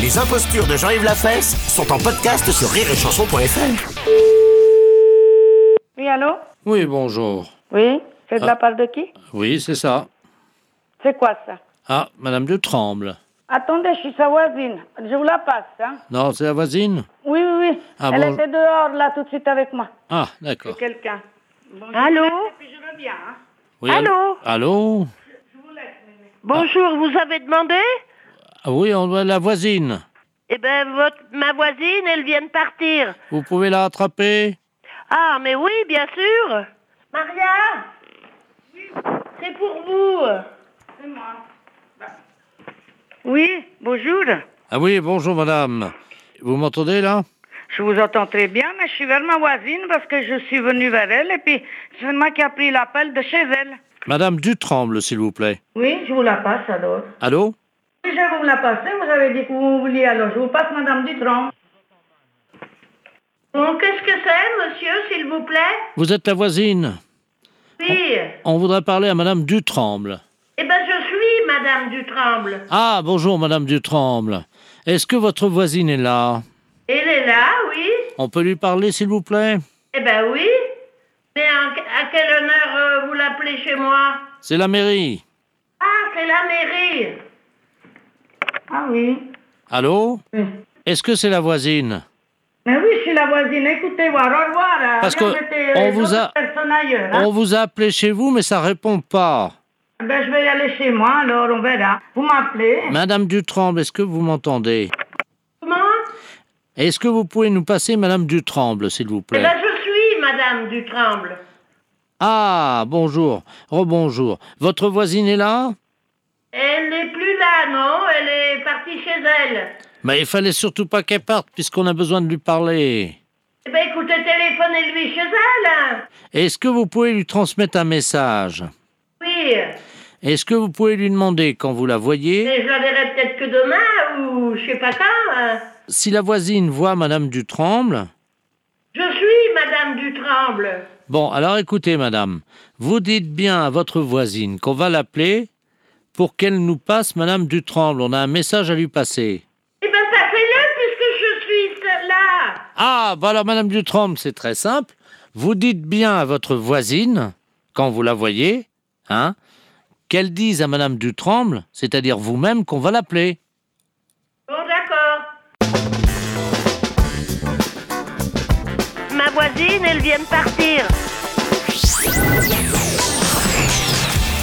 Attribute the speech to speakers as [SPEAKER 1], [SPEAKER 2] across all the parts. [SPEAKER 1] Les impostures de Jean-Yves Lafesse sont en podcast sur rireetchanson.fr.
[SPEAKER 2] Oui, allô
[SPEAKER 3] Oui, bonjour.
[SPEAKER 2] Oui, c'est de la part de qui
[SPEAKER 3] Oui, c'est ça.
[SPEAKER 2] C'est quoi ça
[SPEAKER 3] Ah, Madame de Tremble.
[SPEAKER 2] Attendez, je suis sa voisine. Je vous la passe, hein
[SPEAKER 3] Non, c'est la voisine
[SPEAKER 2] Oui, oui, oui.
[SPEAKER 3] Ah,
[SPEAKER 2] Elle
[SPEAKER 3] bon-
[SPEAKER 2] était dehors, là, tout de suite avec moi.
[SPEAKER 3] Ah, d'accord.
[SPEAKER 2] Quelqu'un. Bonjour.
[SPEAKER 4] Allô
[SPEAKER 2] puis je reviens, hein
[SPEAKER 3] Oui,
[SPEAKER 4] Allô
[SPEAKER 3] Allô
[SPEAKER 4] Bonjour, vous avez demandé
[SPEAKER 3] Ah Oui, on doit la voisine.
[SPEAKER 4] Eh bien, votre, ma voisine, elle vient de partir.
[SPEAKER 3] Vous pouvez la attraper
[SPEAKER 4] Ah, mais oui, bien sûr. Maria C'est pour vous.
[SPEAKER 2] C'est moi. Bah.
[SPEAKER 4] Oui, bonjour.
[SPEAKER 3] Ah oui, bonjour madame. Vous m'entendez là
[SPEAKER 2] Je vous entends très bien, mais je suis vers ma voisine parce que je suis venue vers elle et puis c'est moi qui a pris l'appel de chez elle.
[SPEAKER 3] Madame du Tremble, s'il vous plaît.
[SPEAKER 2] Oui, je vous la passe alors.
[SPEAKER 3] Allô
[SPEAKER 2] Oui, je vais vous la passer, vous avez dit que vous vouliez alors. Je vous passe Madame Dutron.
[SPEAKER 4] Bon, qu'est-ce que c'est, monsieur, s'il vous plaît
[SPEAKER 3] Vous êtes la voisine.
[SPEAKER 4] Oui.
[SPEAKER 3] On voudrait parler à Madame du Tremble.
[SPEAKER 4] Eh bien, je suis Madame Dutremble.
[SPEAKER 3] Ah, bonjour Madame du Tremble. Est-ce que votre voisine est là
[SPEAKER 4] Elle est là, oui
[SPEAKER 3] On peut lui parler, s'il vous plaît
[SPEAKER 4] Eh ben oui. Mais en- à quel honneur euh, vous l'appelez chez moi
[SPEAKER 3] C'est la mairie.
[SPEAKER 4] Ah, c'est la mairie.
[SPEAKER 2] Ah oui.
[SPEAKER 3] Allô
[SPEAKER 2] Oui.
[SPEAKER 4] Hum.
[SPEAKER 3] Est-ce que c'est la voisine
[SPEAKER 2] Mais oui, je suis la voisine. Écoutez-moi, au
[SPEAKER 4] Euh,
[SPEAKER 2] revoir.
[SPEAKER 3] Parce que
[SPEAKER 2] Mettez
[SPEAKER 3] on
[SPEAKER 2] les
[SPEAKER 3] vous
[SPEAKER 2] autres
[SPEAKER 3] a-
[SPEAKER 2] personnes ailleurs, hein.
[SPEAKER 3] On vous a appelé chez vous, mais ça répond pas.
[SPEAKER 4] Eh
[SPEAKER 2] Ben, je vais y aller chez moi, alors on verra. Vous m'appelez
[SPEAKER 3] Madame Dutremble, est-ce que vous m'entendez
[SPEAKER 4] Comment
[SPEAKER 3] Est-ce que vous pouvez nous passer Madame Dutremble, s'il vous
[SPEAKER 4] Eh
[SPEAKER 3] plaît
[SPEAKER 4] ben, je suis Madame Dutremble.
[SPEAKER 3] Ah, bonjour, rebonjour. Votre voisine est là
[SPEAKER 4] Elle n'est plus là, non Elle est partie chez elle.
[SPEAKER 3] Mais il fallait surtout pas qu'elle parte, puisqu'on a besoin de lui parler.
[SPEAKER 4] Eh ben, écoutez, téléphonez-lui chez elle. hein.
[SPEAKER 3] Est-ce que vous pouvez lui transmettre un message
[SPEAKER 4] Oui.
[SPEAKER 3] Est-ce que vous pouvez lui demander, quand vous la voyez,
[SPEAKER 4] Mais je la verrai peut-être que demain ou je sais pas quand. hein.
[SPEAKER 3] si la voisine voit Madame Dutremble
[SPEAKER 4] Je suis Madame Dutremble.
[SPEAKER 3] Bon, alors écoutez, madame, vous dites bien à votre voisine qu'on va l'appeler pour qu'elle nous passe Madame Dutremble. On a un message à lui passer.
[SPEAKER 4] Eh ben, passez-le puisque je suis là.
[SPEAKER 3] Ah, bah alors, Madame Dutremble, c'est très simple. Vous dites bien à votre voisine, quand vous la voyez, hein, qu'elle dise à Madame Dutremble, c'est-à-dire vous-même, qu'on va l'appeler.
[SPEAKER 4] Bon, d'accord. Ma voisine, elle vient de partir.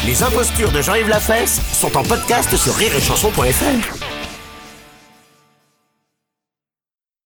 [SPEAKER 1] Les impostures de Jean-Yves Lafesse sont en podcast sur rireetchanson.fr.